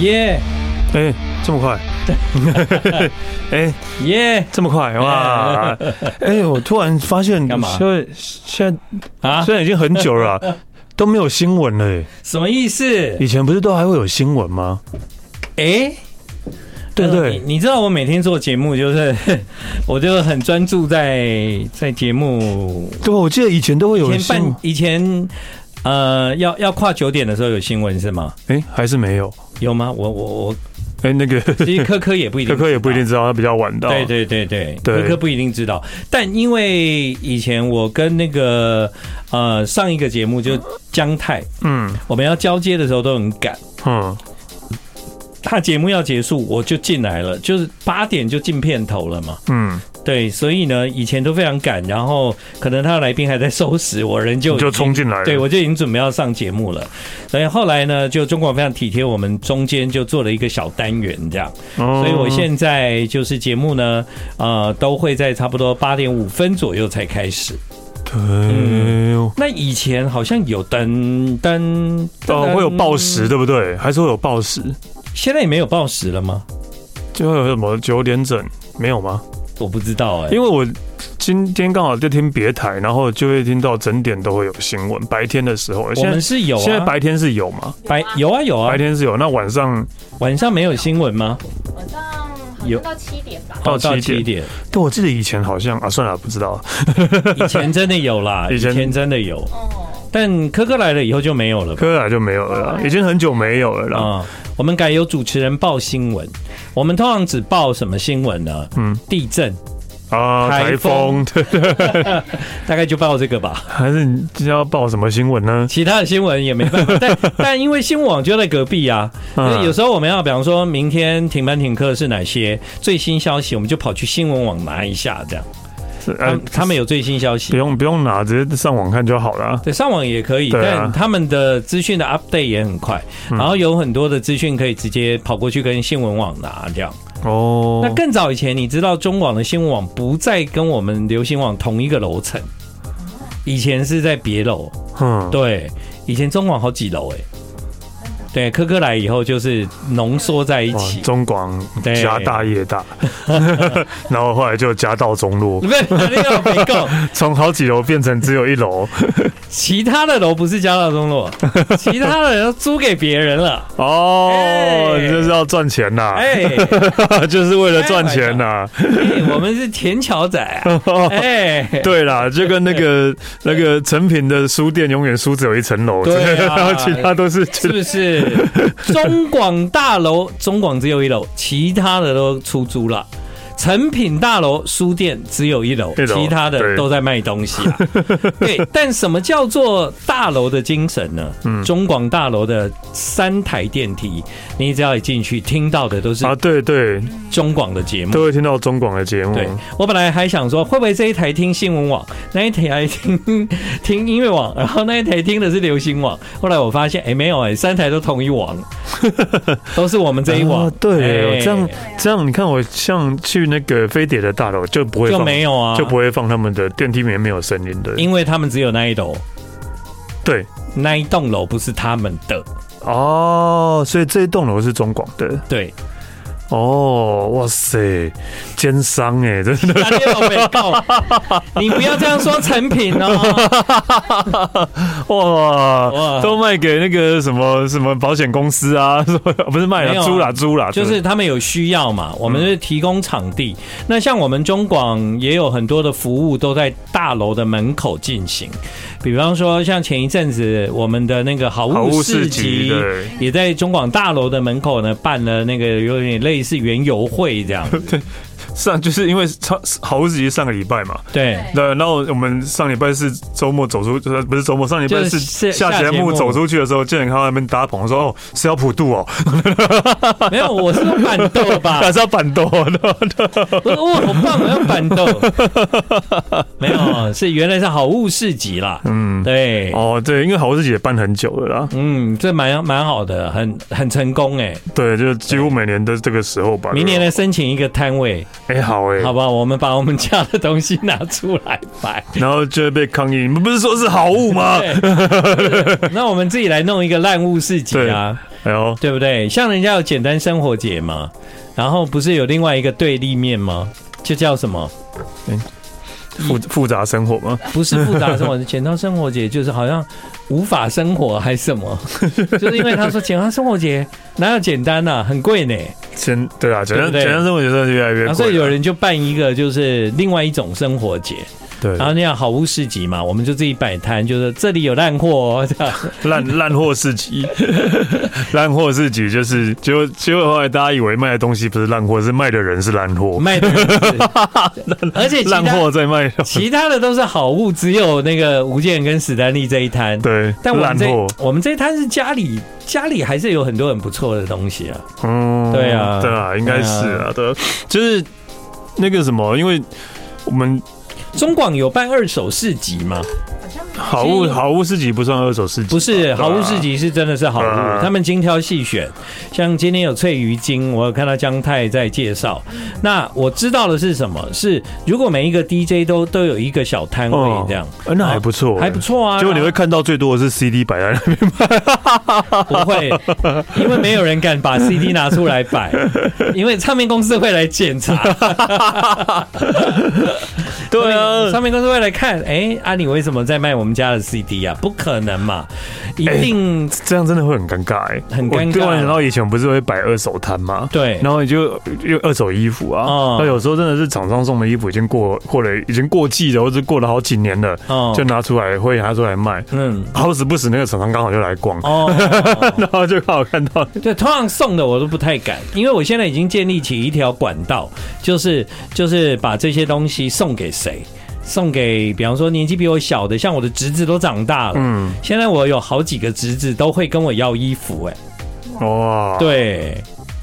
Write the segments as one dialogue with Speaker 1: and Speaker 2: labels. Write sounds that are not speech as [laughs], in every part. Speaker 1: 耶
Speaker 2: 哎，这么
Speaker 1: [laughs]
Speaker 2: 快？哎，
Speaker 1: 耶
Speaker 2: 这么快哇！哎，我突然发现，
Speaker 1: 干嘛
Speaker 2: 现在现在
Speaker 1: 啊！
Speaker 2: 虽然已经很久
Speaker 1: [laughs]
Speaker 2: 了啊，都没有新闻了耶。
Speaker 1: 什么意思？
Speaker 2: 以前不是都还会有新闻吗？
Speaker 1: 哎，
Speaker 2: 对不
Speaker 1: 呃你
Speaker 2: 对？
Speaker 1: 你知道我每天做节目就是， [laughs] 我就很专注在在节目。
Speaker 2: 对，我记得以前都会
Speaker 1: 以
Speaker 2: 有
Speaker 1: 前
Speaker 2: 新
Speaker 1: 半以前呃要要跨九点的时候有新闻是吗？
Speaker 2: 哎，还是没有。
Speaker 1: 有吗？我我我，
Speaker 2: 哎，那个
Speaker 1: 其实科科也不一定，
Speaker 2: [laughs] 科科也不一定。知道，他比较晚到。
Speaker 1: 对对对对，
Speaker 2: 对
Speaker 1: 科科不一定知道，但因为以前我跟那个呃上一个节目就江泰，
Speaker 2: 嗯
Speaker 1: 我们要交接的时候都很赶，
Speaker 2: 嗯，
Speaker 1: 他节目要结束我就进来了，就是八点就进片头了嘛。
Speaker 2: 嗯，
Speaker 1: 对，所以呢，以前都非常赶，然后可能他的来宾还在收拾，我人就
Speaker 2: 你就
Speaker 1: 已经
Speaker 2: 冲进来了。
Speaker 1: 对，我就已经准备要上节目了。所以后来呢，就中广非常体贴，我们中间就做了一个小单元这样。
Speaker 2: 哦，
Speaker 1: 所以我现在就是节目呢，呃，都会在差不多八点五分左右才开始。
Speaker 2: 对，
Speaker 1: 那以前好像有噔噔，
Speaker 2: 哦，
Speaker 1: 噔
Speaker 2: 会有报时，，
Speaker 1: 嗯
Speaker 2: 对不对？还是会有报时，
Speaker 1: 现在也没有报时了吗？
Speaker 2: 就会有什么九点整没有吗？
Speaker 1: 我不知道哎、
Speaker 2: 因为我今天刚好在听别台，然后就会听到整点都会有新闻，白天的时候，
Speaker 1: 我
Speaker 2: 现
Speaker 1: 们
Speaker 2: 在。
Speaker 1: 是有啊，
Speaker 2: 现在白天是有嘛？
Speaker 1: 白有啊有啊
Speaker 2: 白，天是有，那晚上
Speaker 1: 晚上没有新闻吗？
Speaker 3: 晚上好
Speaker 1: 有
Speaker 3: 像到七点吧。
Speaker 2: 到
Speaker 1: 哦到
Speaker 2: 七
Speaker 1: 七
Speaker 2: [laughs]
Speaker 1: 点，
Speaker 2: 对我记得以前好像啊，算了，不知道。
Speaker 1: 以前真的有啦，以
Speaker 2: [laughs] 以前
Speaker 1: 前真的有，
Speaker 3: 哦，来
Speaker 1: 但科科来了以后就没有了吧。
Speaker 2: 科尔就没有了啦，已经很久没有了啦。
Speaker 1: 啊、我们改由主持人报新闻。我们通常只报什么新闻呢？
Speaker 2: 嗯
Speaker 1: 地震，
Speaker 2: 啊，
Speaker 1: 台
Speaker 2: 台风，对，
Speaker 1: 大概就报这个吧。 [laughs]
Speaker 2: 还是你今天要报什么新闻呢？
Speaker 1: 其他的新闻也没办法，
Speaker 2: [laughs]
Speaker 1: 但但因为新闻网就在隔壁啊，
Speaker 2: 嗯
Speaker 1: 所以有时候我们要，比方说明天停班停课是哪些最新消息，我们就跑去新闻网拿一下，这样。
Speaker 2: 是
Speaker 1: 他
Speaker 2: 哎
Speaker 1: 们他们有最新消息
Speaker 2: 不，用不用拿，直接上网看就好了。
Speaker 1: 对，上网也可以，
Speaker 2: 对啊嗯
Speaker 1: 但他们的资讯的 update 也很快，然后有很多的资讯可以直接跑过去跟新闻网拿这样。
Speaker 2: 哦，
Speaker 1: 那更早以前，你知道中广的新闻网不再跟我们流行网同一个楼层，以前是在别楼。
Speaker 2: 嗯，
Speaker 1: 对，以前中广好几楼哎、对，科科来以后就是浓缩在一
Speaker 2: 哇
Speaker 1: 起，
Speaker 2: 中广
Speaker 1: 对
Speaker 2: 家大
Speaker 1: [laughs]
Speaker 2: 业大，然后后来就家道中落
Speaker 1: 不，是那个没够，
Speaker 2: [laughs] 从好几楼变成只有一楼。
Speaker 1: 其他的楼不是家道中落，其他的都租给别人
Speaker 2: 啊
Speaker 1: 了。
Speaker 2: 哦，
Speaker 1: 哎
Speaker 2: 就是要赚钱呐，
Speaker 1: 哎、
Speaker 2: [laughs] 就是为了赚钱呐。
Speaker 1: 哎我们是田桥仔、啊，
Speaker 2: [laughs]
Speaker 1: 哎、
Speaker 2: 对啦，就跟那个那个成品的书店，永远书只有一层楼，
Speaker 1: 对啊
Speaker 2: 然后 [laughs] 其他都是
Speaker 1: 是不是？中广大楼，中广只有一楼，其他的都出租了。成品大楼书店只有一楼，
Speaker 2: 一楼
Speaker 1: 其他的
Speaker 2: 对
Speaker 1: 都在卖东西、
Speaker 2: [laughs]
Speaker 1: 啊。对，但什么叫做大楼的精神呢？
Speaker 2: 嗯
Speaker 1: 中广大楼的三台电梯，你只要一进去，听到的都是
Speaker 2: 啊，对对，
Speaker 1: 中广的节目。
Speaker 2: 都会听到中广的节目。
Speaker 1: 嗯对我本来还想说，会不会这一台听新闻网，那一台听听音乐网，然后那一台听的是流行网。后来我发现，哎、没有哎、三台都同一
Speaker 2: [laughs]
Speaker 1: 网，都是我们这一网。
Speaker 2: 啊对
Speaker 1: 哎
Speaker 2: 这样
Speaker 3: 啊
Speaker 2: 这样你看，我像去那个飞碟的大楼就不会
Speaker 1: 就
Speaker 2: 放
Speaker 1: 没有啊，
Speaker 2: 就不会放他们的电梯里面没有声音的，
Speaker 1: 因为他们只有那一楼，
Speaker 2: 对。
Speaker 1: 那一栋楼不是他们的。
Speaker 2: 哦，所以这一栋楼是中广的
Speaker 1: 对，
Speaker 2: 哦，哇塞，奸商哎、真的
Speaker 1: 那天我没空，你不要这样说成品哦。
Speaker 2: 哇，
Speaker 1: 哇
Speaker 2: 都卖给那个什么什么保险公司啊， [laughs] 什么不是卖
Speaker 1: 没有
Speaker 2: 了
Speaker 1: 啊
Speaker 2: 租啦租啦，
Speaker 1: 就是他们有需要嘛，我们是提供场地。那像我们中广也有很多的服务都在大楼的门口进行，比方说像前一阵子我们的那个好
Speaker 2: 好
Speaker 1: 物
Speaker 2: 物
Speaker 1: 市
Speaker 2: 市集
Speaker 1: 集。
Speaker 2: 对。
Speaker 1: 也 [laughs] 在中广大楼的门口呢，办了那个有点类似园游会这样子，
Speaker 2: 上就是因为上好日集上个礼拜嘛，
Speaker 1: 对，
Speaker 2: 对，然后我们上礼拜是周末走出，呃不是周末，上礼拜
Speaker 1: 就是是下
Speaker 2: 下节
Speaker 1: 下节目
Speaker 2: 目走出去的时候，竟然看到那边搭棚，说哦是要普渡哦，
Speaker 1: 没有，我是用板豆 [laughs]
Speaker 2: [laughs]
Speaker 1: 吧
Speaker 2: 那，是要板豆哦，
Speaker 1: 不是，哦，好棒，我用板 [laughs] 豆，没有，是原来是好物市集啦，嗯，对，
Speaker 2: 哦对，因为好日集也办很久了啦，
Speaker 1: 嗯，这蛮蛮好的，很很成功哎，
Speaker 2: 对，就几乎每年都是这个时候吧。
Speaker 1: 明年
Speaker 2: 对
Speaker 1: 来
Speaker 2: 吧，
Speaker 1: 申请一个摊位，
Speaker 2: 哎好哎，
Speaker 1: 好不好？我们把我们家的东西拿出来 [laughs] 摆。
Speaker 2: 然后就会被抗议，你们不是说是好物吗？
Speaker 1: 对，那我们自己来弄一个烂物市集啊，
Speaker 2: 哎呦，
Speaker 1: 对不对？像人家有简单生活节嘛，然后不是有另外一个对立面吗？就叫什么？
Speaker 2: 复复杂生活吗？
Speaker 1: 不是复杂生活，简单生活节就是好像无法生活还是什 [laughs] 么？就是因为他说简单生活节哪有简单呐、很贵呢。啊
Speaker 2: 简对啊，简
Speaker 1: 对不
Speaker 2: 单
Speaker 1: 对
Speaker 2: 简单生活觉得越来越
Speaker 1: 然后
Speaker 2: 贵了，
Speaker 1: 所以有人就办一个就是另外一种生活节，
Speaker 2: 对
Speaker 1: 然后那样好物市集嘛，我们就自己摆摊，就是这里有烂货、哦，这样
Speaker 2: 烂烂货市集，
Speaker 1: [laughs]
Speaker 2: 烂货市集就是结果结果后来大家以为卖的东西不是烂货，是卖的人是烂货，
Speaker 1: 卖的人是，
Speaker 2: [laughs]
Speaker 1: 而嗯且其他
Speaker 2: 烂货在卖，
Speaker 1: 其他的都是好物，只有那个吴建跟史丹利这一摊。
Speaker 2: [laughs] 对，
Speaker 1: 但我
Speaker 2: 烂
Speaker 1: 们
Speaker 2: 货，
Speaker 1: 这我们这一摊是家里家里还是有很多很不错的东西啊。[laughs]
Speaker 2: 嗯，
Speaker 1: 对啊
Speaker 2: 对啊，应该是啊，对啊，就是那个什么，因为我们
Speaker 1: 中广有办二手市集吗？
Speaker 3: 好像
Speaker 2: 好物好物市集不算二手市集吧，
Speaker 1: 不是，
Speaker 2: 对啊
Speaker 1: 好物市，集是真的是好物，
Speaker 2: 嗯
Speaker 1: 他们精挑细选。像今天有翠鱼精，我有看到江太在介绍。那我知道的是什么？是如果每一个 DJ 都都有一个小摊位
Speaker 2: 嗯
Speaker 1: 这样，
Speaker 2: 哎那还不错，哎
Speaker 1: 还不。错啊。
Speaker 2: 结果你会看到最多的是 CD 摆在那边，
Speaker 1: [laughs] 不会，因为没有人敢
Speaker 2: [laughs]
Speaker 1: 把 CD 拿出来摆，因为唱片公司会来检查。
Speaker 2: [laughs] 对啊
Speaker 1: 唱片公司会来看，哎、啊，你为什么在卖我们家的 CD 啊？不可能嘛，一定、
Speaker 2: 这样真的会很尴尬哎，
Speaker 1: 很尴尬
Speaker 2: 我对啊然后以前不是会摆二手摊吗？
Speaker 1: 对。
Speaker 2: 然后你就用二手衣服啊，
Speaker 1: 嗯
Speaker 2: 那、有时候真的是厂商送的衣服已经过过了，已经过季了，或者过了好几年了，
Speaker 1: 哦
Speaker 2: 就拿出来会拿出来卖。
Speaker 1: 嗯，
Speaker 2: 好死不死，那个厂商刚好就来逛，
Speaker 1: 哦，
Speaker 2: [laughs] 然后就刚好看到，
Speaker 1: 对，通常送的我都不太敢，因为我现在已经建立起一条管道，就是就是把这些东西送给谁。送给，比方说年纪比我小的，像我的侄子都长大了，
Speaker 2: 嗯，
Speaker 1: 现在我有好几个侄子都会跟我要衣服、哎，
Speaker 2: 哇，，
Speaker 1: 对，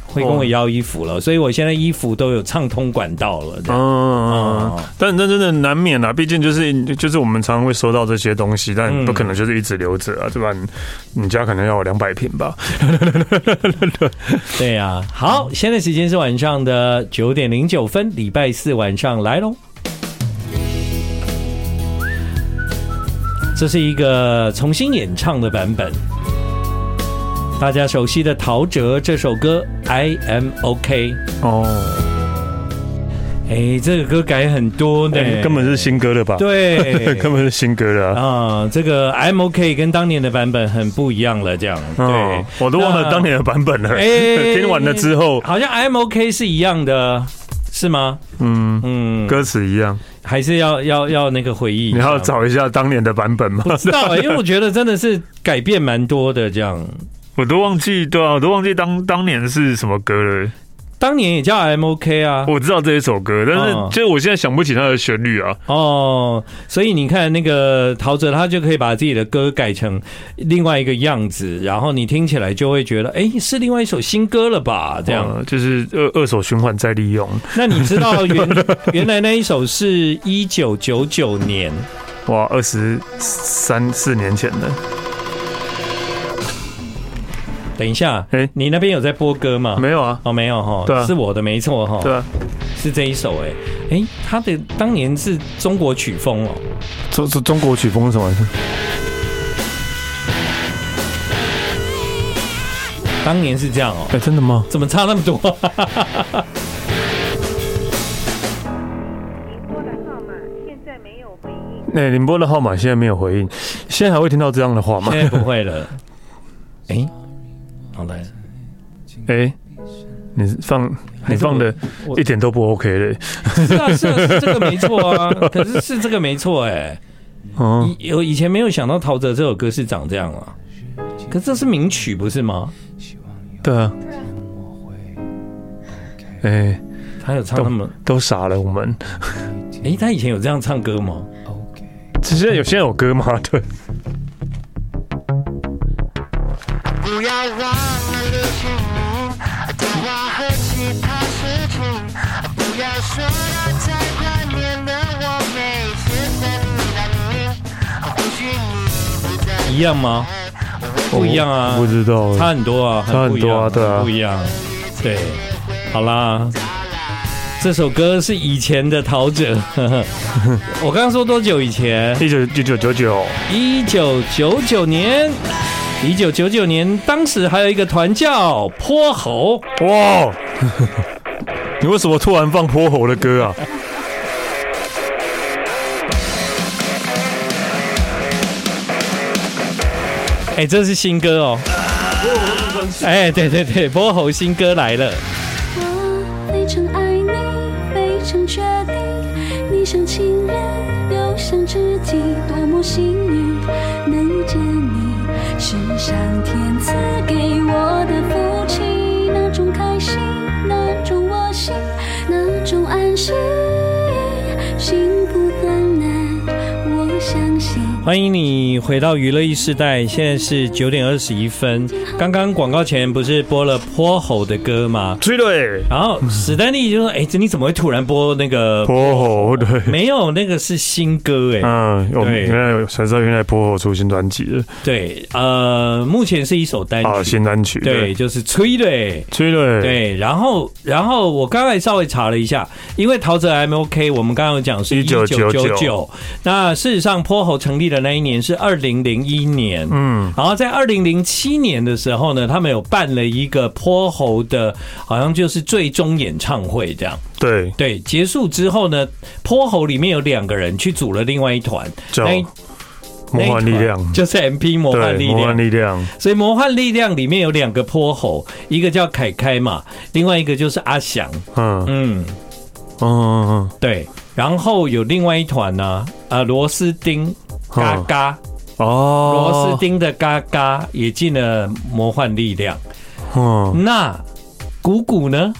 Speaker 1: 会跟我要衣服了，所以我现在衣服都有畅通管道了。这样
Speaker 2: 嗯，
Speaker 1: 哦
Speaker 2: 但但真的难免啊，毕竟就是就是我们常常会收到这些东西，但
Speaker 1: 嗯
Speaker 2: 不可能就是一直留着啊，对吧？你你家可能要有两百瓶
Speaker 1: [laughs]
Speaker 2: 吧，
Speaker 1: 对呀、啊，好，现在时间是晚上的九点零九分，礼拜四晚上来喽。这是一个重新演唱的版本，大家熟悉的陶喆这首歌《I Am OK》。
Speaker 2: 哦，
Speaker 1: 哎，这个歌改很多呢，
Speaker 2: 哎根本是新歌了吧？， [laughs]
Speaker 1: 对，
Speaker 2: 根本是新歌了啊。
Speaker 1: 啊，这个 I'm OK 跟当年的版本很不一样了，这样对、
Speaker 2: 哦，我都忘
Speaker 1: 那
Speaker 2: 了当年的版本了。
Speaker 1: 哎
Speaker 2: 听完了之后，
Speaker 1: 好像 I'm OK 是一样的，是吗？
Speaker 2: 嗯，
Speaker 1: 嗯，
Speaker 2: 歌词一样，
Speaker 1: 还是要要要那个回忆一下，
Speaker 2: 你要找一下当年的版本吗？
Speaker 1: 不知道、欸，因为我觉得真的是改变蛮多的，这样。
Speaker 2: [laughs] 我都忘记，对啊，我都忘记当当年是什么歌了。
Speaker 1: 当年也叫 I'm OK 啊，
Speaker 2: 我知道这一首歌，但是
Speaker 1: 嗯
Speaker 2: 就是我现在想不起它的旋律啊。
Speaker 1: 哦，所以你看那个陶喆，他就可以把自己的歌改成另外一个样子，然后你听起来就会觉得，哎、是另外一首新歌了吧？这样。
Speaker 2: 嗯就是二二手循环再利用，
Speaker 1: 那你知道
Speaker 2: [laughs]
Speaker 1: 原原来那一首是一九九九年，
Speaker 2: 哇，二十三四年前的，
Speaker 1: 等一下，
Speaker 2: 哎
Speaker 1: 你那边有在播歌吗？
Speaker 2: 没有啊，
Speaker 1: 哦，没有哈，
Speaker 2: 对啊
Speaker 1: 是我的没错哈，
Speaker 2: 对啊，
Speaker 1: 是这一首哎、哎、他的当年是中国曲风哦、
Speaker 2: 中中中国曲风是什么？
Speaker 1: 当年是这样哦、
Speaker 2: 哎，真的吗？
Speaker 1: 怎么差那么多？
Speaker 4: 您拨的号码现在没有回应。
Speaker 2: 哎，宁波的号码现在没有回应，现在还会听到这样的话吗
Speaker 1: 现？在不会了， [laughs] 哎、好来，
Speaker 2: 哎，你放你
Speaker 1: 是我
Speaker 2: 放的
Speaker 1: 我
Speaker 2: 一点都不 OK 嘞。
Speaker 1: 是啊是啊，是这个没错啊，可是是这个没错哎、
Speaker 2: 哦，
Speaker 1: 以我以前没有想到陶喆这首歌是长这样啊，可是这是名曲不是吗？
Speaker 2: 对啊。哎、
Speaker 1: 他有唱那么，
Speaker 2: 都傻了我们。
Speaker 1: 诶、他以前有这样唱歌吗？
Speaker 2: 其实有现在有歌吗？ [laughs] 对，
Speaker 5: 不要忘了旅行，电话和其他事情。不要说了太快，免得我每次等到你，或许你不在。
Speaker 1: 一样吗？不一样啊，
Speaker 2: 不知道。
Speaker 1: 差很多啊，
Speaker 2: 差很
Speaker 1: 不一样
Speaker 2: 多啊对啊
Speaker 1: 不一样。对，好啦，这首歌是以前的陶 [laughs] 喆，我刚刚说多久以前？
Speaker 2: 一九一九九九，
Speaker 1: 一九九九年，一九九九年，当时还有一个团叫泼猴，
Speaker 2: 哇！ [laughs] 你为什么突然放泼猴的歌啊？
Speaker 1: 哎、这是新歌哦。哎、对对对，泼猴新歌来了，
Speaker 6: 我非常爱你，非常确定，你像情人又像知己，多么幸运能遇见你，是上天赐给我的福气，那种开心，那种窝心，那种安心，幸福很难，我相信。
Speaker 1: 欢迎你回到娱乐一世代，现在是九点二十一分。刚刚广告前不是播了泼猴的歌吗？
Speaker 2: 追对
Speaker 1: 然后史丹利就说：“哎、这你怎么会突然播那个？
Speaker 2: 泼猴，对，
Speaker 1: 没有，那个是新歌哎、
Speaker 2: 嗯，我们
Speaker 1: 对
Speaker 2: 原来有才知道原来泼猴出新专辑了
Speaker 1: 对，呃，目前是一首单曲，
Speaker 2: 啊，新单曲，
Speaker 1: 对，，就是吹的、哎
Speaker 2: 追对，
Speaker 1: 对，然后，然后我刚才稍微查了一下，因为陶喆 M O K，我们刚刚有讲是一九九
Speaker 2: 1999
Speaker 1: 九，那事实上泼猴成立的那一年是二零零一年，
Speaker 2: 嗯，
Speaker 1: 然后在二零零七年的时候呢，他们有办了一个泼猴的，好像就是最终演唱会这样。
Speaker 2: 对，
Speaker 1: 对，结束之后呢，泼猴里面有两个人去组了另外一团，
Speaker 2: 叫
Speaker 1: 那一
Speaker 2: 魔幻力量
Speaker 1: 那一，团就是 M P 魔幻
Speaker 2: 对，
Speaker 1: 力
Speaker 2: 魔
Speaker 1: 量
Speaker 2: 幻。力量，
Speaker 1: 所以《魔幻力量》里面有两个泼猴，一个叫凯凯嘛，另外一个就是阿翔。
Speaker 2: 嗯
Speaker 1: 嗯，
Speaker 2: 嗯嗯
Speaker 1: 对。然后有另外一团呢、啊，螺丝钉嘎嘎，
Speaker 2: 嗯，哦，
Speaker 1: 螺丝钉的嘎嘎也进了魔幻力量。
Speaker 2: 嗯，
Speaker 1: 那谷谷呢？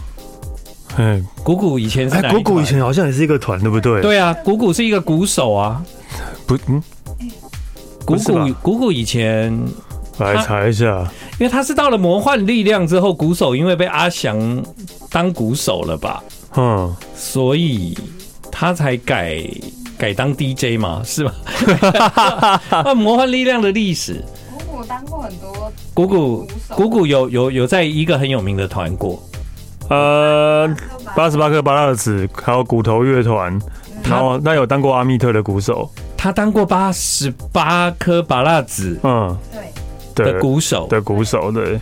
Speaker 2: 哎，
Speaker 1: 谷谷以前是哪
Speaker 2: 哎，
Speaker 1: 一
Speaker 2: 谷谷
Speaker 1: 团
Speaker 2: 以前好像也是一个团，对不对？，
Speaker 1: 对啊，谷谷是一个鼓手啊。
Speaker 2: 不，嗯，
Speaker 1: 谷
Speaker 2: 不是吧
Speaker 1: 谷谷谷以前，
Speaker 2: 来
Speaker 1: 他
Speaker 2: 查一下，
Speaker 1: 因为他是到了魔幻力量之后，鼓手因为被阿翔当鼓手了吧，
Speaker 2: 嗯，
Speaker 1: 所以他才改改当 DJ 嘛，是吧？那魔幻力量的历史，
Speaker 3: 姑姑当过很多，
Speaker 1: 谷谷
Speaker 3: 鼓手
Speaker 1: 谷谷有有有在一个很有名的团过，
Speaker 2: 呃，八十八颗巴拉的子，还有骨头乐团，然后那有当过阿密特的鼓手，
Speaker 1: 他当过八十八颗巴拉子
Speaker 2: 嗯，
Speaker 3: 对，
Speaker 2: 对
Speaker 1: 的鼓手。
Speaker 2: 的鼓手，对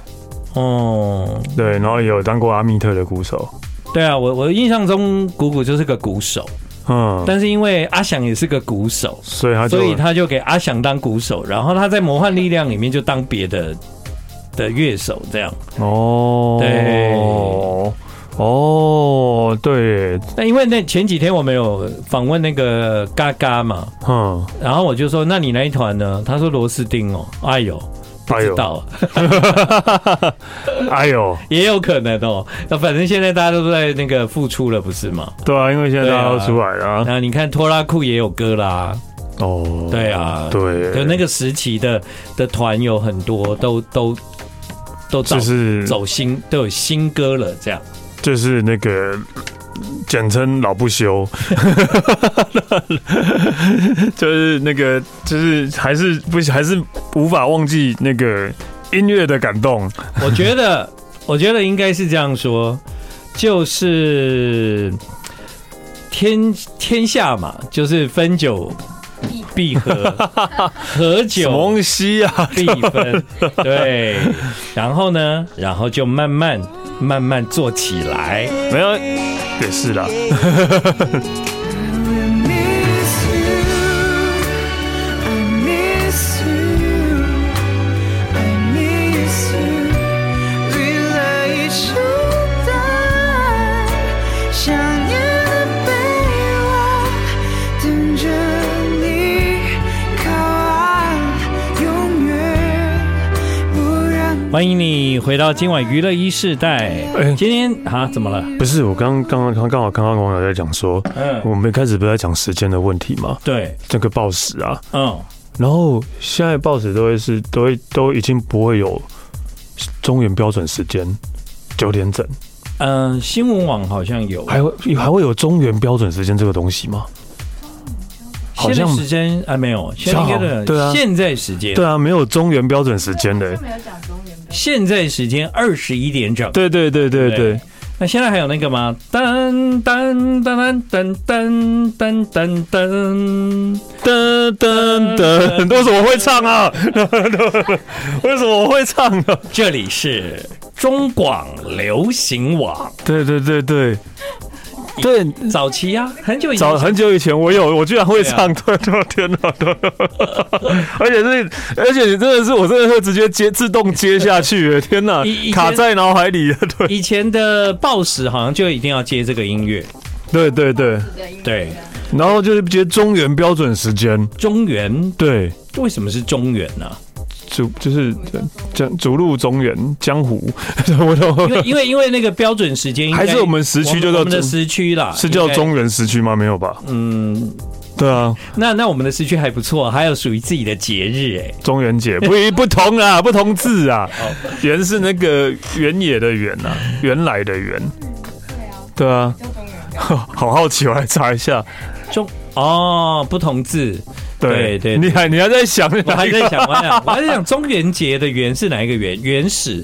Speaker 1: 哦，
Speaker 2: 对，然后也有当过阿密特的鼓手，
Speaker 1: 对啊，我我印象中谷谷就是个鼓手，
Speaker 2: 嗯，
Speaker 1: 但是因为阿翔也是个鼓手，
Speaker 2: 所以他就
Speaker 1: 所以他就给阿翔当鼓手，然后他在魔幻力量里面就当别的的乐手这样。
Speaker 2: 哦，
Speaker 1: 对
Speaker 2: 哦，对，
Speaker 1: 那因为那前几天我们有访问那个嘎嘎嘛，
Speaker 2: 嗯，
Speaker 1: 然后我就说：“那你那一团呢？”他说：“螺丝钉哦，哎呦，不
Speaker 2: 哎
Speaker 1: 知
Speaker 2: 呦
Speaker 1: 道，哦
Speaker 2: 哎呦，
Speaker 1: 也有可能哦。那反正现在大家都在那个付出了，不是吗？
Speaker 2: 对啊，因为现在大家都出来了啊，
Speaker 1: 那你看拖拉库也有歌啦，
Speaker 2: 哦，
Speaker 1: 对啊，
Speaker 2: 对，
Speaker 1: 就那个时期的的团有很多都都都找
Speaker 2: 就是
Speaker 1: 走新都有新歌了，这样。
Speaker 2: 就是那个简称老不休，就是那个就是还是不还是无法忘记那个音乐的感动。
Speaker 1: [laughs] 我觉得，我觉得应该是这样说，就是天天下嘛，就是分久必
Speaker 2: [laughs]
Speaker 1: 合，合
Speaker 2: 什么
Speaker 1: 久
Speaker 2: 东西啊？
Speaker 1: 必分，对。然后呢，然后就慢慢慢慢做起来。
Speaker 2: 没有，也是啦。
Speaker 7: 想念的臂弯，等着你靠岸，永远不让。
Speaker 1: 欢迎你回到今晚娱乐一世代。
Speaker 2: 哎
Speaker 1: 今天啊，怎么了？
Speaker 2: 不是，我刚刚刚刚好刚刚网友在讲说，
Speaker 1: 嗯，
Speaker 2: 我们一开始不是在讲时间的问题吗？
Speaker 1: 对，
Speaker 2: 这个报时啊，
Speaker 1: 嗯，
Speaker 2: 然后现在报纸都会是都会都已经不会有中原标准时间九点整，
Speaker 1: 嗯、新闻网好像有，
Speaker 2: 还会还会有中原标准时间这个东西吗？好
Speaker 1: 现在
Speaker 2: 像
Speaker 1: 时间啊没有，现在应该的
Speaker 2: 对啊
Speaker 1: 现在时间，
Speaker 2: 对啊，没有中原标准时间的、
Speaker 3: 就没有讲中原标准。
Speaker 1: 现在时间二十一点整。
Speaker 2: 对对对对对
Speaker 1: 对，那现在还有那个吗？噔噔噔噔噔噔噔噔，
Speaker 2: 噔
Speaker 1: 嗯
Speaker 2: 噔噔，为什么会唱啊？ [laughs] 为什么我会唱啊？
Speaker 1: 这里是中广流行网，
Speaker 2: 对对对对对，
Speaker 1: 早期呀、很久以前
Speaker 2: 早很久以前我有，我居
Speaker 1: 啊
Speaker 2: 然会唱，对对天哪，对，而且是而且你真的是我真的会直接接自动接下去，天哪
Speaker 1: 以以，前
Speaker 2: 卡在脑海里了，对
Speaker 1: 以前的报时好像就一定要接这个音乐，
Speaker 2: 对对对，
Speaker 1: 对，
Speaker 2: 然后就是接中原标准时间，
Speaker 1: 中原
Speaker 2: 对，
Speaker 1: 为什么是中原呢、
Speaker 2: [laughs] 主就是江逐鹿中原江湖， [laughs] 我都
Speaker 1: 因为因为因为那个标准时间应该
Speaker 2: 还是我们时区就叫
Speaker 1: 我们的
Speaker 2: 中
Speaker 1: 时区啦，
Speaker 2: 是叫
Speaker 1: 应该
Speaker 2: 中原时区吗？没有吧？
Speaker 1: 嗯，
Speaker 2: 对啊，
Speaker 1: 那那我们的时区还不错，还有属于自己的节日哎、
Speaker 2: 中原节
Speaker 1: [laughs]
Speaker 2: 不一不同啊，不同字啊，
Speaker 1: 哦
Speaker 2: 原是那个原野的原啊，原来的原，对啊， [laughs]
Speaker 3: 就中原标准。
Speaker 2: 好好奇，我来查一下。
Speaker 1: 中哦不同字，对对
Speaker 2: 你还你还在想，
Speaker 1: 我还在想，我还
Speaker 2: [laughs]
Speaker 1: 在想，我还在想中元节的元是哪一个元？原始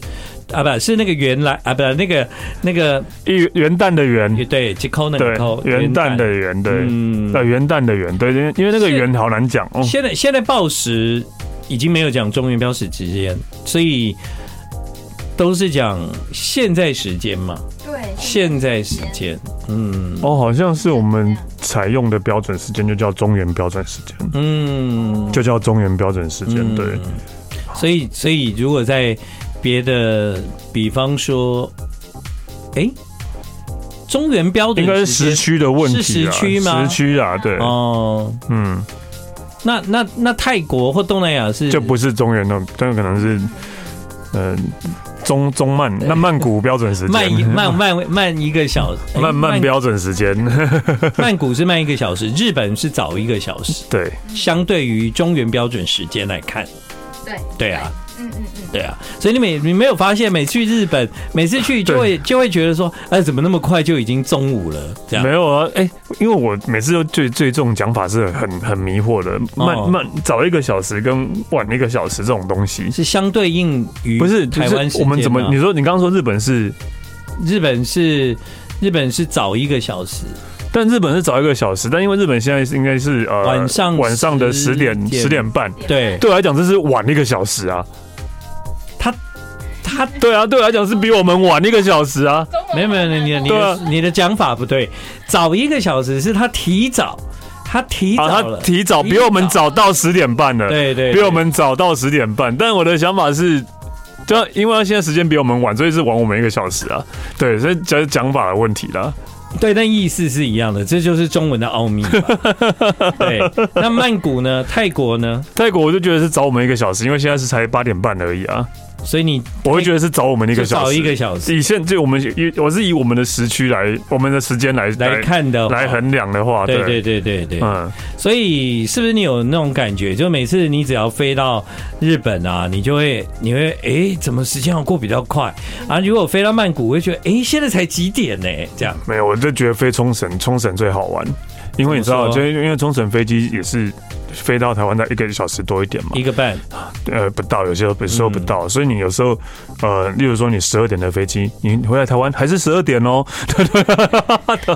Speaker 1: 啊，不是那个原来啊，不那个那个
Speaker 2: 元元旦的元，
Speaker 1: 对，几扣那
Speaker 2: 对
Speaker 1: 个扣，
Speaker 2: 元旦的元，对，
Speaker 1: 嗯
Speaker 2: 呃，元旦的元，对，因为因为那个
Speaker 1: 是
Speaker 2: 元好难讲哦。
Speaker 1: 现在现在报时已经没有讲中原标识时间，所以都是讲现在时间嘛，
Speaker 3: 对，
Speaker 1: 现在时间，嗯
Speaker 2: 哦，好像是我们采用的标准时间就叫中原标准时间，
Speaker 1: 嗯，
Speaker 2: 就叫中原标准时间，
Speaker 1: 嗯
Speaker 2: 对，
Speaker 1: 所以所以如果在别的，比方说，哎、中原标准
Speaker 2: 应该是
Speaker 1: 时间
Speaker 2: 时区的问题
Speaker 1: 是时
Speaker 2: 啊
Speaker 1: 区吗
Speaker 2: 时区啊，对，
Speaker 1: 哦，
Speaker 2: 嗯，
Speaker 1: 那那那泰国或东南亚是
Speaker 2: 就不是中原的，但可能是，呃，中中慢，那曼谷标准时间，
Speaker 1: 慢一慢慢慢一个小时，诶
Speaker 2: 慢慢标准时间， [laughs]
Speaker 1: 曼谷是慢一个小时，日本是早一个小时，
Speaker 2: 对，
Speaker 1: 相对于中原标准时间来看，
Speaker 3: 对，
Speaker 1: 对啊，
Speaker 3: 嗯嗯嗯，
Speaker 1: 对啊，所以你每你没有发现每去日本，每次去就会就会觉得说，哎，怎么那么快就已经中午了？这样
Speaker 2: 没有啊，哎、因为我每次都对对这种讲法是很很迷惑的，慢、
Speaker 1: 哦
Speaker 2: 慢早一个小时跟晚一个小时这种东西，
Speaker 1: 是相对应于
Speaker 2: 不是就
Speaker 1: 台湾时
Speaker 2: 是
Speaker 1: 间啊
Speaker 2: 我
Speaker 1: 吗
Speaker 2: 们怎么？你说你刚刚说日本是，
Speaker 1: 日本是日本是早一个小时，
Speaker 2: 但日本是早一个小时，但因为日本现在是应该是呃
Speaker 1: 晚上
Speaker 2: 晚上
Speaker 1: 10
Speaker 2: 的十点
Speaker 1: 点
Speaker 2: 十点半，
Speaker 1: 对
Speaker 2: 对我来讲这是晚一个小时啊，
Speaker 1: 他
Speaker 2: 对啊，对我来讲是比我们晚一个小时啊，
Speaker 3: 中文
Speaker 1: 没有没有，你的你
Speaker 2: 对
Speaker 1: 的
Speaker 2: 啊
Speaker 1: 你的讲法不对，早一个小时是他提早，他提早
Speaker 2: 啊，
Speaker 1: 了，
Speaker 2: 他提早比我们早到十点半了，
Speaker 1: 对对，
Speaker 2: 比我们早到十点半，但我的想法是，就因为他现在时间比我们晚，所以是晚我们一个小时啊。对，所以讲讲法的问题啦。
Speaker 1: 对，但意思是一样的，这就是中文的奥
Speaker 2: [laughs]
Speaker 1: 秘嘛。对，那曼谷呢？泰国呢？
Speaker 2: 泰国我就觉得是早我们一个小时，因为现在是才八点半而已啊，
Speaker 1: 所以你
Speaker 2: 我会觉得是早我们一个小时。
Speaker 1: 哎就早一个小时
Speaker 2: 以现就我们以我是以我们的时区来，我们的时间来
Speaker 1: 来看的话
Speaker 2: 来衡量的话，
Speaker 1: 对对对对对，
Speaker 2: 嗯，
Speaker 1: 所以是不是你有那种感觉？就每次你只要飞到日本啊，你就会你会诶，怎么时间好像过比较快啊？如果飞到曼谷，我会觉得诶，现在才几点呢、这样
Speaker 2: 没有，我就觉得飞冲绳，冲绳最好玩，因为你知道，
Speaker 1: 怎
Speaker 2: 就
Speaker 1: 么
Speaker 2: 因为冲绳飞机也是飞到台湾的一个小时多一点嘛，
Speaker 1: 一个嗯半，
Speaker 2: 呃不到，有些有时候不到，所以你有时候呃，例如说你十二点的飞机，你回来台湾还是十二点哦， [laughs] 对对，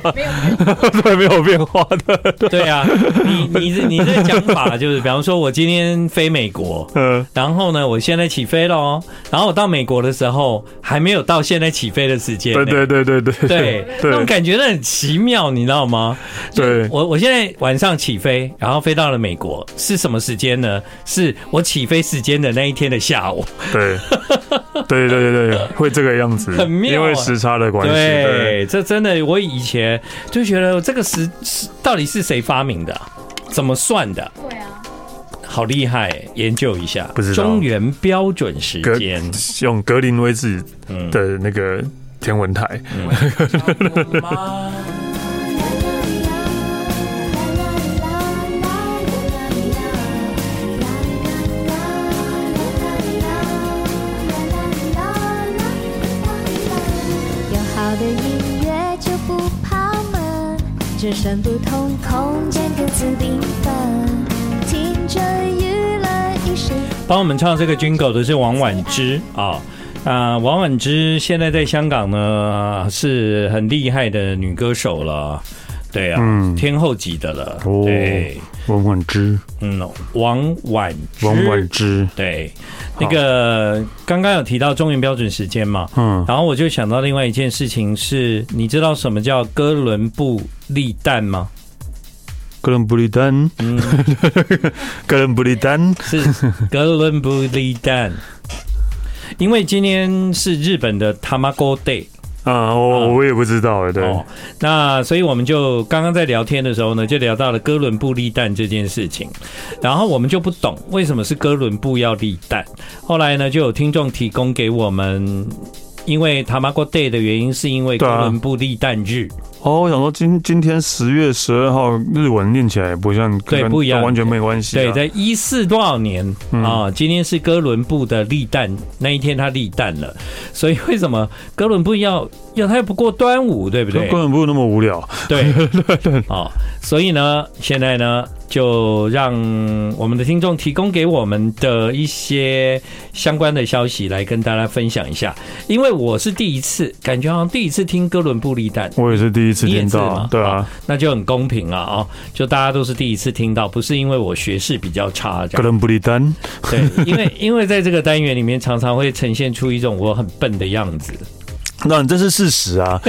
Speaker 2: 对没有变化的，
Speaker 1: 对啊，你你这你这个讲法就是，比方说我今天飞美国，
Speaker 2: 嗯，
Speaker 1: 然后呢，我现在起飞喽。然后我到美国的时候，还没有到现在起飞的时间呢、
Speaker 2: 对对对对 [laughs] 对
Speaker 1: 对那种感觉很奇妙，你知道吗？
Speaker 2: 对
Speaker 1: 我我现在晚上起飞，然后飞到了美国，是什么时间呢？是我起飞时间的那一天的下
Speaker 2: [laughs]
Speaker 1: 午。
Speaker 2: 对对对对对，会这个样子，
Speaker 1: 很妙啊
Speaker 2: 因为时差的关系，对，
Speaker 1: 对，这真的，我以前就觉得这个时时到底是谁发明的啊、怎么算的啊？
Speaker 3: 对啊，
Speaker 1: 好厉害欸，研究一下。
Speaker 2: 不知道
Speaker 1: 中原标准时
Speaker 2: 格
Speaker 1: 间，
Speaker 2: 用格林威治
Speaker 1: 嗯，
Speaker 2: 的那个天文台，
Speaker 7: 有好的音乐就不怕闷，置身不同空间，各自缤纷，听着娱乐一时。
Speaker 1: 帮我们唱这个 Jingle 的是王婉之啊。啊，王婉之现在在香港呢啊是很厉害的女歌手了，对啊，
Speaker 2: 嗯
Speaker 1: 天后级的了，
Speaker 2: 哦
Speaker 1: 对，
Speaker 2: 王婉之，
Speaker 1: 嗯，王婉之，
Speaker 2: 王婉之，
Speaker 1: 对，那个刚刚有提到中原标准时间嘛，
Speaker 2: 嗯，
Speaker 1: 然后我就想到另外一件事情是，你知道什么叫哥伦布利蛋吗？
Speaker 2: 哥伦布利丹，
Speaker 1: 嗯，
Speaker 2: 哥伦布利丹， [laughs]
Speaker 1: 是哥伦布利蛋，因为今天是日本的 Tamago Day
Speaker 2: 啊，我我也不知道，欸对，
Speaker 1: 哦，那所以我们就刚刚在聊天的时候呢，就聊到了哥伦布利蛋这件事情，然后我们就不懂为什么是哥伦布要立蛋，后来呢就有听众提供给我们。因为 Tamago Day 的原因，是因为哥
Speaker 2: 对啊
Speaker 1: 伦布立蛋日，
Speaker 2: 哦，我想说今今天十月十二号日文念起来也不像，
Speaker 1: 对
Speaker 2: 跟
Speaker 1: 不一样
Speaker 2: 完全没关系啊，
Speaker 1: 对，在一四多少年啊、
Speaker 2: 嗯
Speaker 1: 今天是哥伦布的立蛋那一天，他立蛋了，所以为什么哥伦布要要他又不过端午，对不对
Speaker 2: 哥？伦布那么无聊，
Speaker 1: [laughs] 对，哦，所以呢，现在呢，就让我们的听众提供给我们的一些相关的消息来跟大家分享一下，因为我是第一次，感觉好像第一次听哥伦布立蛋，
Speaker 2: 我也是第一次
Speaker 1: 你也
Speaker 2: 听
Speaker 1: 是吗
Speaker 2: 到，对啊，
Speaker 1: 那就很公平了啊、哦，就大家都是第一次听到，不是因为我学识比较差这
Speaker 2: 哥
Speaker 1: 样。
Speaker 2: 伦布利丹，
Speaker 1: [laughs] 对，因为因为在这个单元里面，常常会呈现出一种我很笨的样子，
Speaker 2: 那这是事实
Speaker 1: [laughs]
Speaker 2: 啊，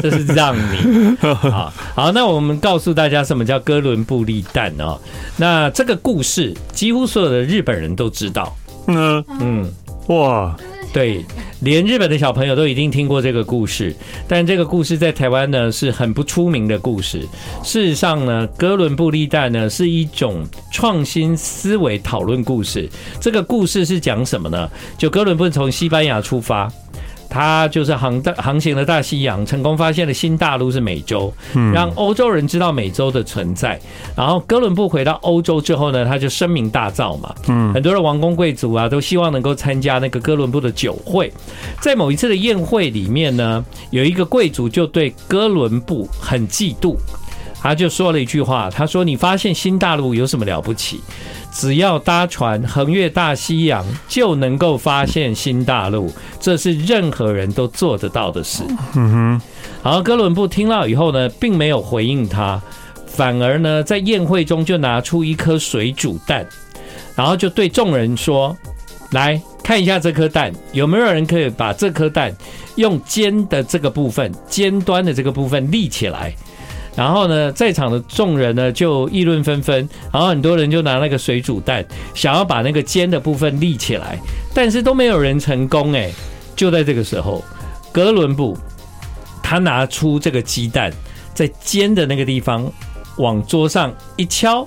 Speaker 1: 这是让你啊。好，那我们告诉大家什么叫哥伦布利蛋啊、那这个故事几乎所有的日本人都知道，
Speaker 2: 嗯，
Speaker 1: 嗯，
Speaker 2: 哇，
Speaker 1: 对，连日本的小朋友都一定听过这个故事。但这个故事在台湾呢是很不出名的故事。事实上呢，哥伦布利蛋呢是一种创新思维讨论故事。这个故事是讲什么呢？就哥伦布从西班牙出发。他就是航大航行了大西洋，成功发现了新大陆是美洲，让欧洲人知道美洲的存在。然后哥伦布回到欧洲之后呢，他就声名大噪嘛，很多的王公贵族啊，都希望能够参加那个哥伦布的酒会。在某一次的宴会里面呢，有一个贵族就对哥伦布很嫉妒，他就说了一句话，他说：“你发现新大陆有什么了不起？只要搭船横越大西洋，就能够发现新大陆，这是任何人都做得到的事。”
Speaker 2: 嗯哼，
Speaker 1: 然后哥伦布听到以后呢，并没有回应他，反而呢在宴会中就拿出一颗水煮蛋，然后就对众人说：“来看一下这颗蛋，有没有人可以把这颗蛋用尖的这个部分、尖端的这个部分立起来？”然后呢，在场的众人呢就议论纷纷，然后很多人就拿那个水煮蛋，想要把那个尖的部分立起来，但是都没有人成功。哎，就在这个时候，哥伦布他拿出这个鸡蛋，在尖的那个地方往桌上一敲，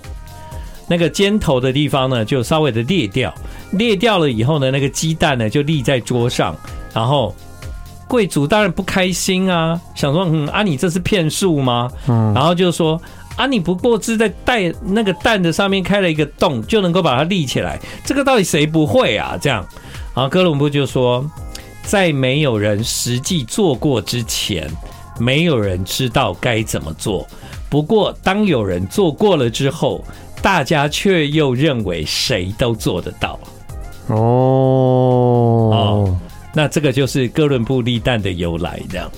Speaker 1: 那个尖头的地方呢就稍微的裂掉，裂掉了以后呢，那个鸡蛋呢就立在桌上，然后。贵族当然不开心啊，想说，嗯，啊，你这是骗术吗？
Speaker 2: 嗯
Speaker 1: 然后就说，啊，你不过是在蛋那个蛋的上面开了一个洞，就能够把它立起来，这个到底谁不会啊？这样，然后哥伦布就说，在没有人实际做过之前，没有人知道该怎么做。不过，当有人做过了之后，大家却又认为谁都做得到。
Speaker 2: 哦，
Speaker 1: 那这个就是哥伦布立蛋的由来，这样。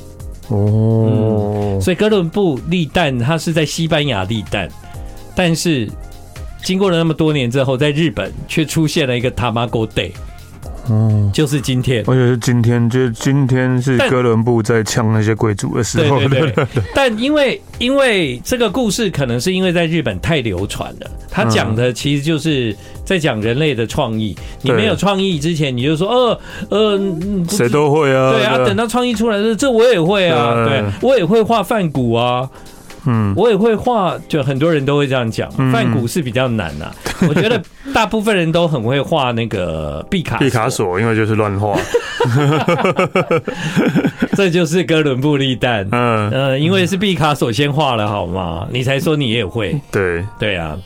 Speaker 2: 哦，
Speaker 1: 所以哥伦布立蛋，他是在西班牙立蛋，但是经过了那么多年之后，在日本却出现了一个 Tamago Day，
Speaker 2: 嗯。
Speaker 1: 就是今天。
Speaker 2: 而且是今天，就是今天是
Speaker 1: 但
Speaker 2: 哥伦布在呛那些贵族的时
Speaker 1: 对
Speaker 2: 候，
Speaker 1: 哦对对，但因为因为这个故事可能是因为在日本太流传了，他讲的其实就是在讲人类的创意。你
Speaker 2: 对
Speaker 1: 没有创意之前，你就说呃呃，嗯
Speaker 2: 谁都会啊。
Speaker 1: 对啊，等到创意出来的时候这我也会啊，
Speaker 2: 对
Speaker 1: 对我也会画饭骨啊，[laughs]
Speaker 2: 嗯
Speaker 1: 我也会画，就很多人都会这样讲
Speaker 2: 嗯，
Speaker 1: 梵谷是比较难
Speaker 2: [laughs]
Speaker 1: 啊。我觉得大部分人都很会画那个毕卡
Speaker 2: 毕卡，索因为就是乱画，
Speaker 1: [laughs] 这就是哥伦布利蛋。
Speaker 2: 嗯，
Speaker 1: 呃，因为是毕卡索先画了，好吗？你才说你也会，
Speaker 2: [laughs] 对，
Speaker 1: 对啊。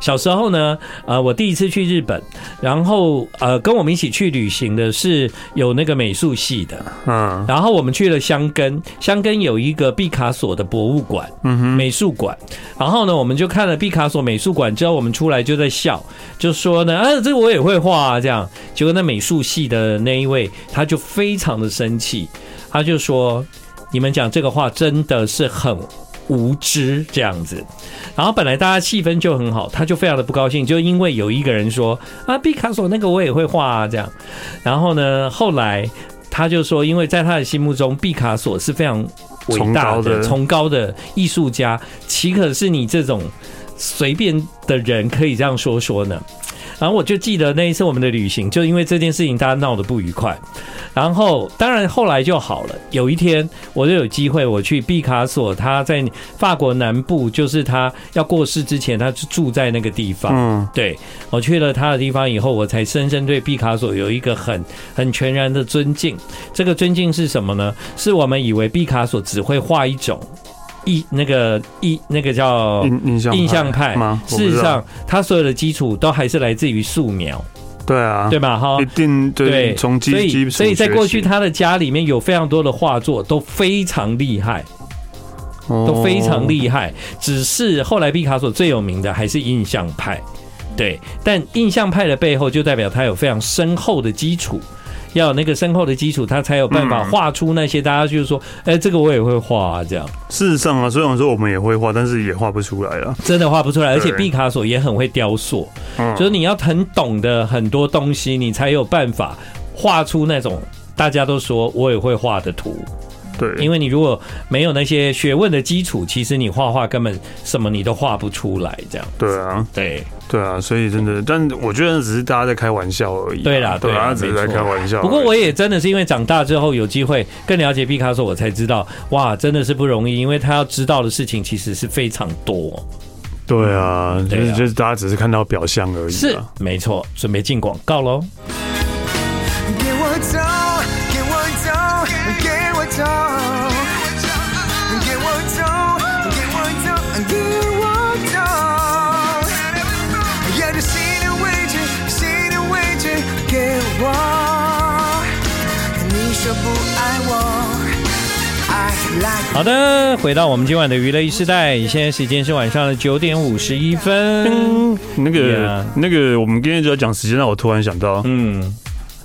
Speaker 1: 小时候呢，呃，我第一次去日本，然后呃，跟我们一起去旅行的是有那个美术系的，
Speaker 2: 嗯
Speaker 1: 然后我们去了香根，香根有一个毕卡索的博物馆、
Speaker 2: 嗯哼，
Speaker 1: 美术馆。然后呢，我们就看了毕卡索美术馆之后，我们出来就在笑，就说呢，啊，这个我也会画、啊、这样。结果那美术系的那一位，他就非常的生气，他就说：“你们讲这个话真的是很无知这样子。”然后本来大家气氛就很好，他就非常的不高兴，就因为有一个人说：“啊，毕卡索那个我也会画啊。”这样。然后呢，后来他就说，因为在他的心目中，毕卡索是非常伟大
Speaker 2: 崇高的
Speaker 1: 的、崇高的艺术家，岂可是你这种随便的人可以这样说说呢？然后我就记得那一次我们的旅行，就因为这件事情，大家闹得不愉快。然后当然后来就好了。有一天我就有机会，我去毕卡索，他在法国南部，就是他要过世之前，他就住在那个地方。
Speaker 2: 嗯
Speaker 1: 对我去了他的地方以后，我才深深对毕卡索有一个很很全然的尊敬。这个尊敬是什么呢？是我们以为毕卡索只会画一种意那个意那个叫
Speaker 2: 印印象
Speaker 1: 哦印象派
Speaker 2: 吗？我不
Speaker 1: 事实
Speaker 2: 知道
Speaker 1: 上，他所有的基础都还是来自于素描，
Speaker 2: 对啊，
Speaker 1: 对吧？哈
Speaker 2: 一，定对
Speaker 1: 对，
Speaker 2: 从基
Speaker 1: 所
Speaker 2: 基
Speaker 1: 以
Speaker 2: 础
Speaker 1: 所以在过去
Speaker 2: 学习
Speaker 1: 他的家里面有非常多的画作，都非常厉害，
Speaker 2: 哦
Speaker 1: 都非常厉害。只是后来毕卡索最有名的还是印象派，对，但印象派的背后就代表他有非常深厚的基础。要有那个深厚的基础，他才有办法
Speaker 2: 嗯
Speaker 1: 画出那些大家就是说，哎、这个我也会画、啊，这样
Speaker 2: 哦事实上啊，虽然说我们也会画，但是也画不出来啊了。
Speaker 1: 真的画不出来。而且
Speaker 2: 对
Speaker 1: 毕卡索也很会雕塑，
Speaker 2: 嗯
Speaker 1: 就是你要很懂得很多东西，你才有办法画出那种大家都说我也会画的图。
Speaker 2: 对，
Speaker 1: 因为你如果没有那些学问的基础，其实你画画根本什么你都画不出来。这样
Speaker 2: 对啊，
Speaker 1: 对，
Speaker 2: 对啊，所以真的，但我觉得只是大家在开玩笑而已啊。
Speaker 1: 对啦
Speaker 2: 对
Speaker 1: 对
Speaker 2: 啊，
Speaker 1: 啦
Speaker 2: 只是在
Speaker 1: 没错
Speaker 2: 开玩笑而已。
Speaker 1: 不过我也真的是因为长大之后有机会更了解毕卡索，我才知道哇，真的是不容易，因为他要知道的事情其实是非常多。
Speaker 2: 对啊，就
Speaker 1: 对
Speaker 2: 是
Speaker 1: 啊
Speaker 2: 就是大家只是看到表象而已啊。
Speaker 1: 是，没错。准备进广告喽。
Speaker 8: 给我走，给我走，给我走，给我走，给我走，给我走。要着新的位置，新的位置给我。你说不爱我，I like。
Speaker 1: 好的，回到我们今晚的娱乐一时代，现在时间是晚上的九点五十一分。
Speaker 2: 嗯那个
Speaker 1: Yeah
Speaker 2: 那个，我们今天就要讲时间，让我突然想到，
Speaker 1: 嗯，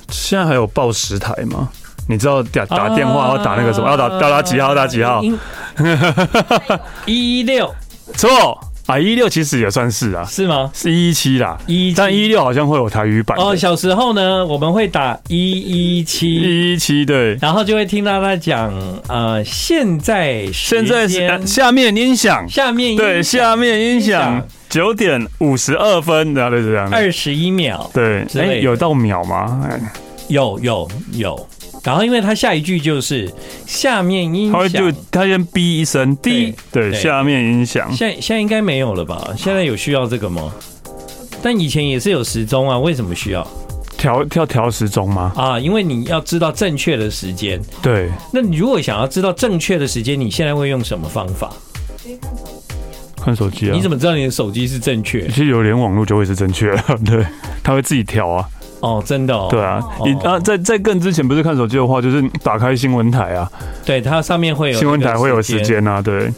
Speaker 2: 现在还有报时台吗？你知道打打电话要打那个什么？
Speaker 1: 啊嗯
Speaker 2: 要打要打几号？要打几号？？ [laughs]
Speaker 1: 一六
Speaker 2: 错啊，一六其实也算是啊，
Speaker 1: 是吗？
Speaker 2: 是一七啦，
Speaker 1: 一
Speaker 2: 但一六好像会有台语版的。
Speaker 1: 哦，小时候呢，我们会打一一七，
Speaker 2: 一七对。
Speaker 1: 然后就会听到他讲，呃，现在时
Speaker 2: 现在是
Speaker 1: 间
Speaker 2: 呃下面音响，
Speaker 1: 下面一
Speaker 2: 对，下面音响
Speaker 1: 响
Speaker 2: 九点五十二分，然后就这样。
Speaker 1: 二十一秒，
Speaker 2: 对，
Speaker 1: 哎之
Speaker 2: 哎、
Speaker 1: 类的
Speaker 2: 有到秒吗？哎
Speaker 1: 有有有，然后因为他下一句就是下面音
Speaker 2: 他会就
Speaker 1: 响，
Speaker 2: 他先哔一声，滴，对，
Speaker 1: 对
Speaker 2: 下面音响，
Speaker 1: 现在现在应该没有了吧？现在有需要这个吗？但以前也是有时钟啊，为什么需要
Speaker 2: 调调调时钟吗？
Speaker 1: 啊？因为你要知道正确的时间。
Speaker 2: 对，
Speaker 1: 那你如果想要知道正确的时间，你现在会用什么方法？
Speaker 2: 看手机啊。
Speaker 1: 你怎
Speaker 2: 么？
Speaker 1: 么知道你的手机是正确？
Speaker 2: 其实有连网络就会是正确了， [laughs] 对，他会自己调啊，
Speaker 1: 哦，真的哦。
Speaker 2: 对啊，
Speaker 1: 哦
Speaker 2: 你啊，在在更之前不是看手机的话，就是打开新闻台啊，
Speaker 1: 对，它上面会有
Speaker 2: 新闻
Speaker 1: 那个
Speaker 2: 台会有时间啊，对，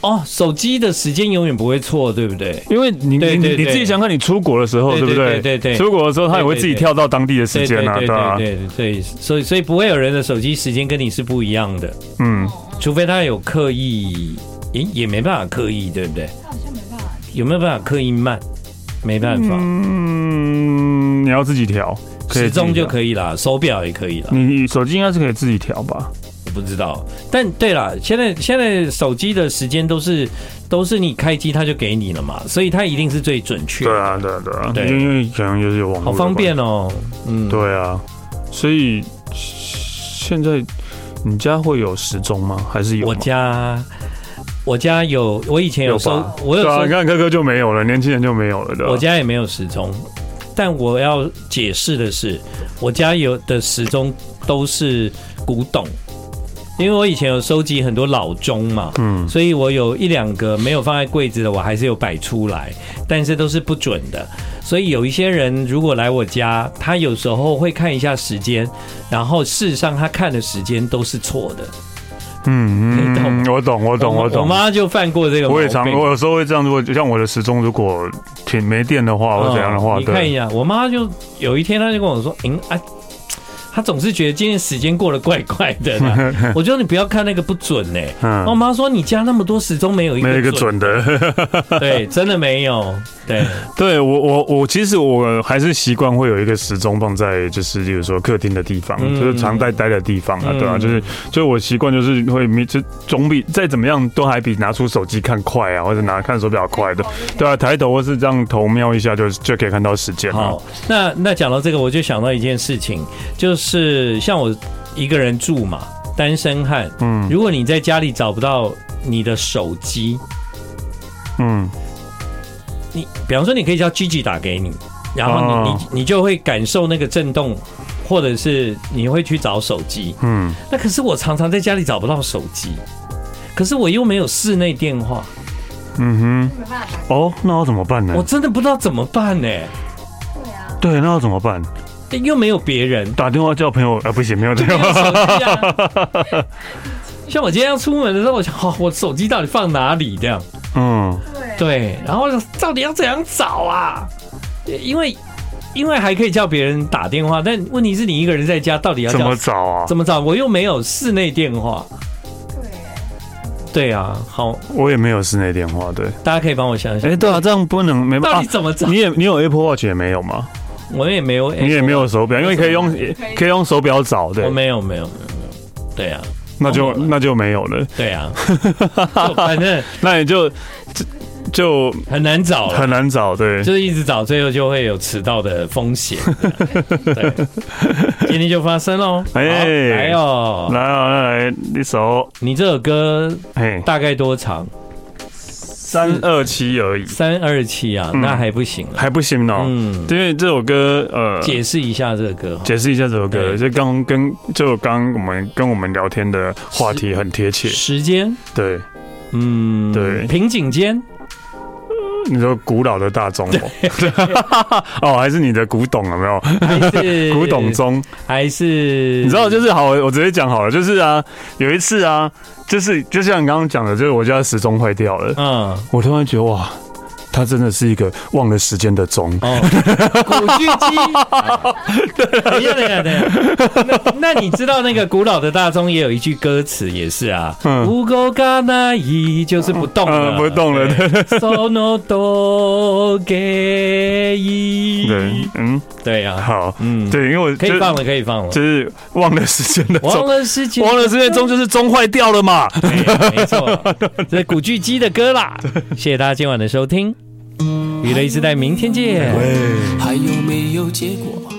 Speaker 1: 哦。手机的时间永远不会错，对不对？
Speaker 2: 因为你
Speaker 1: 对
Speaker 2: 你
Speaker 1: 对
Speaker 2: 你
Speaker 1: 对
Speaker 2: 自己想看你出国的时候，
Speaker 1: 对
Speaker 2: 对不对？
Speaker 1: 对对对对
Speaker 2: 出国的时候他也会
Speaker 1: 对对
Speaker 2: 自己
Speaker 1: 对
Speaker 2: 跳到当地的时间啊，
Speaker 1: 对
Speaker 2: 对啊，
Speaker 1: 对对对，所以所以不会有人的手机时间跟你是不一样的，
Speaker 2: 嗯，
Speaker 1: 除非他有刻意，也也没办法刻意，对不对？
Speaker 3: 好像没办法。
Speaker 1: 有没有办法刻意慢？没办法，
Speaker 2: 嗯，你要自己调，可以
Speaker 1: 时钟就
Speaker 2: 以
Speaker 1: 可以啦，手表也可以啦
Speaker 2: 自己调。，你你手机应该是可以自己调吧？
Speaker 1: 我不知道。但对啦，现在现在手机的时间都是都是你开机它就给你了嘛，所以它一定是最准确。
Speaker 2: 对，啊，对啊，对啊，
Speaker 1: 对
Speaker 2: 因为可能就是有网络，
Speaker 1: 好方便。哦。嗯，
Speaker 2: 对啊，所以现在你家会有时钟吗？还是有吗？
Speaker 1: 我家我家有，我以前有收
Speaker 2: 吧，？
Speaker 1: 我有
Speaker 2: 对啊，你
Speaker 1: 收，
Speaker 2: 看哥哥就没有了，年轻人就没有了，对吧？
Speaker 1: 我家也没有时钟。但我要解释的是，我家有的时钟都是古董，因为我以前有收集很多老钟嘛，
Speaker 2: 嗯，
Speaker 1: 所以我有一两个没有放在柜子的，我还是有摆出来，但是都是不准的。所以有一些人如果来我家，他有时候会看一下时间，然后事实上他看的时间都是错的。
Speaker 2: 嗯
Speaker 1: 你懂
Speaker 2: 嗯，我懂，我懂，我
Speaker 1: 我
Speaker 2: 懂。
Speaker 1: 妈就犯过这个毛病。
Speaker 2: 我也常，我有时候会这样。如果像我的时钟，如果停没电的话，或怎样的话，
Speaker 1: 嗯你看一
Speaker 2: 对，
Speaker 1: 下，我妈就有一天她就跟我说：“嗯啊，她总是觉得今天时间过得怪怪的啦。”
Speaker 2: [laughs]
Speaker 1: 我觉得你不要看那个不准呢、然后我
Speaker 2: 嗯，
Speaker 1: 妈说：“你家那么多时钟，没有一
Speaker 2: 没有一个
Speaker 1: 个准。”
Speaker 2: 准的。
Speaker 1: 对，真的没有。
Speaker 2: [laughs]
Speaker 1: 对，
Speaker 2: 对我，我我其实我还是习惯会有一个时钟放在，就是比如说客厅的地方，
Speaker 1: 嗯
Speaker 2: 就是常待待的地方啊，
Speaker 1: 嗯
Speaker 2: 对啊，就是，所以我习惯就是会明，就总比再怎么样都还比拿出手机看快啊，或者拿看手表快的，对啊，抬头或是这样头瞄一下就就可以看到时间了
Speaker 1: 好。，那那讲到这个，我就想到一件事情，就是像我一个人住嘛，单身汉，
Speaker 2: 嗯
Speaker 1: 如果你在家里找不到你的手机，
Speaker 2: 嗯
Speaker 1: 你比方说你可以叫 Gigi 打给你，然后你、
Speaker 2: 哦
Speaker 1: 你你就会感受那个震动，或者是你会去找手机。
Speaker 2: 嗯，
Speaker 1: 那可是我常常在家里找不到手机，可是我又没有室内电话，
Speaker 2: 嗯
Speaker 3: 没办法打
Speaker 2: 哼，哦，那要怎么办呢
Speaker 1: 我？真的不知道怎么办呢、
Speaker 3: 对啊，
Speaker 2: 对，那要怎么办？
Speaker 1: 又没有别人。
Speaker 2: 打电话叫朋友啊，不行，没有电
Speaker 1: 没有手
Speaker 2: 话。
Speaker 1: 机啊。
Speaker 2: [laughs]
Speaker 1: 像我今天要出门的时候，我想，哦，我手机到底放哪里？这样
Speaker 2: 嗯
Speaker 3: 对
Speaker 1: 对，然后我想到底要怎样找啊？因为因为还可以叫别人打电话，但问题是你一个人在家，到底要
Speaker 2: 怎么
Speaker 1: 叫
Speaker 2: 找啊？
Speaker 1: 怎么找？我又没有室内电话。
Speaker 3: 对，
Speaker 1: 对啊，好，
Speaker 2: 我也没有室内电话，对。
Speaker 1: 大家可以帮我想想
Speaker 2: 哎，，对啊，这样不能没
Speaker 1: [laughs] 到
Speaker 2: 办法啊
Speaker 1: 底。怎么找？
Speaker 2: 你也你有 Apple Watch 也没有吗？
Speaker 1: 我也没有，哎
Speaker 2: 你也没有手表，因为可以用可以用手表找，
Speaker 1: 我
Speaker 2: 对，
Speaker 1: 没有，没有，没有，没有对啊，
Speaker 2: 那就
Speaker 1: 我没有
Speaker 2: 那就没有了，
Speaker 1: 对
Speaker 2: [laughs]
Speaker 1: 啊，就反正
Speaker 2: 那你就就就
Speaker 1: 很难找了。
Speaker 2: 很难找，对。
Speaker 1: 就是一直找，最后就会有迟到的风
Speaker 2: [laughs]
Speaker 1: 险。对，今天就发生喽。
Speaker 2: 哎
Speaker 1: 好来哦，
Speaker 2: 来啊，来来一首，
Speaker 1: 你这首歌
Speaker 2: 嘿，
Speaker 1: 大概多长？
Speaker 2: 三二七而已，
Speaker 1: 三二七啊，
Speaker 2: 嗯
Speaker 1: 那还不行了。
Speaker 2: 还不行哦。
Speaker 1: 嗯，
Speaker 2: 因为这首歌，呃，
Speaker 1: 解释一下这个歌。
Speaker 2: 解释一下这首歌，
Speaker 1: 对
Speaker 2: 就刚跟就刚我们跟我们聊天的话题很贴切，
Speaker 1: 时间，
Speaker 2: 对。
Speaker 1: 嗯，
Speaker 2: 对
Speaker 1: 瓶颈间，
Speaker 2: 你说古老的大钟哦， [laughs] 哦，还是你的古董有没有？
Speaker 1: 还是
Speaker 2: [laughs] 古董，钟，
Speaker 1: 还是
Speaker 2: 你知道，就是好，我直接讲好了，就是啊，有一次啊，就是就像你刚刚讲的，就是我家的时钟坏掉了，
Speaker 1: 嗯，
Speaker 2: 我突然觉得哇，它真的是一个忘了时间的钟。
Speaker 1: 哦， [laughs] 古巨基。 [laughs] 等一下，等一下，等一下。啊那那你知道那个古老的大钟也有一句歌词，也是啊，
Speaker 2: 嗯
Speaker 1: 无垢嘎那伊就是不动了，
Speaker 2: 嗯不动了
Speaker 1: 对。Sono do ge
Speaker 2: 对
Speaker 1: i，，
Speaker 2: 嗯，
Speaker 1: 对啊，
Speaker 2: 好，
Speaker 1: 嗯，，
Speaker 2: 对，因为我
Speaker 1: 可以
Speaker 2: 就
Speaker 1: 放了，可以放了
Speaker 2: 就。是忘了时间的
Speaker 1: 忘
Speaker 2: 钟，
Speaker 1: 了时间，
Speaker 2: 忘了时间的钟就是钟坏掉了嘛。
Speaker 1: 对没
Speaker 2: [laughs]
Speaker 1: 错，这是古巨基的歌啦。谢谢大家今晚的收听，娱乐一时代，明天见。
Speaker 2: 对。
Speaker 8: 还有没有结果？